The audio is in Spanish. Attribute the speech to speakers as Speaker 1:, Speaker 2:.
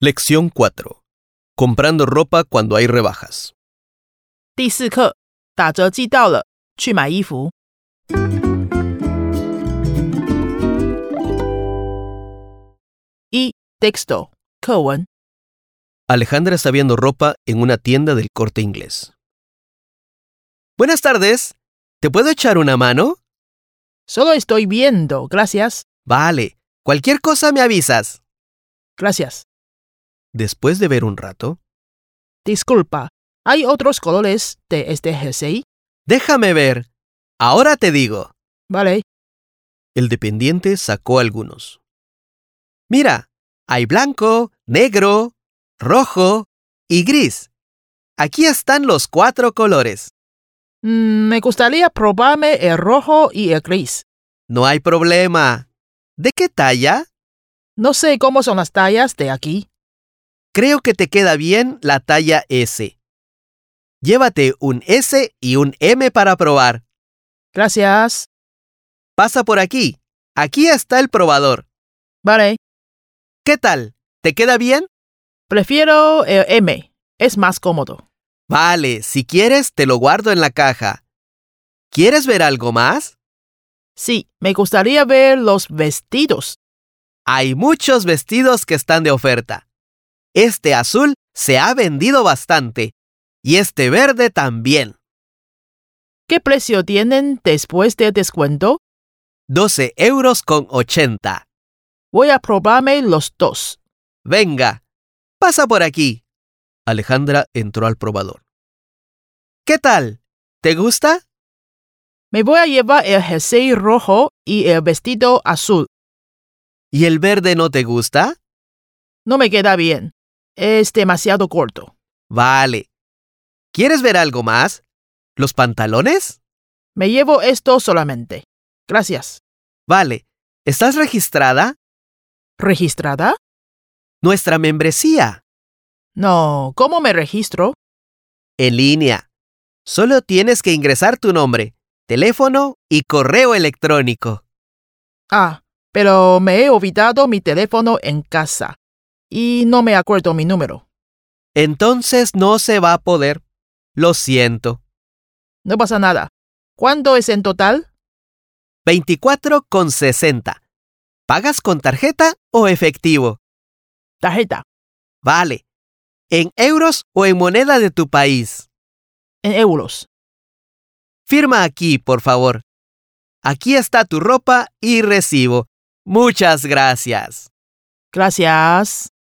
Speaker 1: Lección 4. Comprando ropa cuando hay rebajas.
Speaker 2: 第四课，打折季到了，去买衣服。一 texto 课文，
Speaker 1: Alejandra está viendo ropa en una tienda del corte inglés. Buenas tardes. ¿Te puedo echar una mano?
Speaker 2: solo estoy viendo, gracias,
Speaker 1: Vale. Cualquier cosa me avisas.
Speaker 2: gracias.
Speaker 1: Después de ver un rato,
Speaker 2: Disculpa, ¿hay otros colores de este jersey?
Speaker 1: déjame ver. Ahora te digo.
Speaker 2: Vale,
Speaker 1: El dependiente sacó algunos. Mira, hay blanco, negro, rojo y gris. Aquí están los cuatro colores.
Speaker 2: Mm, me gustaría probarme el rojo y el gris.
Speaker 1: No hay problema. ¿De qué talla?
Speaker 2: No sé cómo son las tallas de aquí.
Speaker 1: Creo que te queda bien la talla S. Llévate un S y un M para probar.
Speaker 2: Gracias.
Speaker 1: Pasa por aquí. Aquí está el probador.
Speaker 2: Vale,
Speaker 1: ¿Qué tal? ¿Te queda bien?
Speaker 2: prefiero el M, es más cómodo.
Speaker 1: Vale, si quieres te lo guardo en la caja. ¿Quieres ver algo más?
Speaker 2: Sí, me gustaría ver los vestidos.
Speaker 1: Hay muchos vestidos que están de oferta. Este azul se ha vendido bastante. Y este verde también.
Speaker 2: ¿Qué precio tienen después del descuento?
Speaker 1: 12 euros con 80.
Speaker 2: Voy a probarme los dos.
Speaker 1: Venga, pasa por aquí. Alejandra entró al probador. ¿Qué tal? ¿Te gusta?
Speaker 2: Me voy a llevar el jersey rojo y el vestido azul.
Speaker 1: ¿Y el verde no te gusta?
Speaker 2: No me queda bien. Es demasiado corto.
Speaker 1: Vale. ¿Quieres ver algo más? ¿Los pantalones?
Speaker 2: Me llevo esto solamente. Gracias.
Speaker 1: Vale. ¿Estás registrada?
Speaker 2: ¿Registrada?
Speaker 1: Nuestra membresía.
Speaker 2: No. ¿Cómo me registro?
Speaker 1: En línea. Solo tienes que ingresar tu nombre, teléfono y correo electrónico.
Speaker 2: Ah, pero me he olvidado mi teléfono en casa. Y no me acuerdo mi número.
Speaker 1: Entonces no se va a poder. Lo siento.
Speaker 2: No pasa nada. ¿Cuánto es en total?
Speaker 1: 24,60. ¿Pagas con tarjeta o efectivo?
Speaker 2: Tarjeta.
Speaker 1: Vale. ¿En euros o en moneda de tu país?
Speaker 2: En euros.
Speaker 1: Firma aquí, por favor. Aquí está tu ropa y recibo. Muchas gracias.
Speaker 2: Gracias.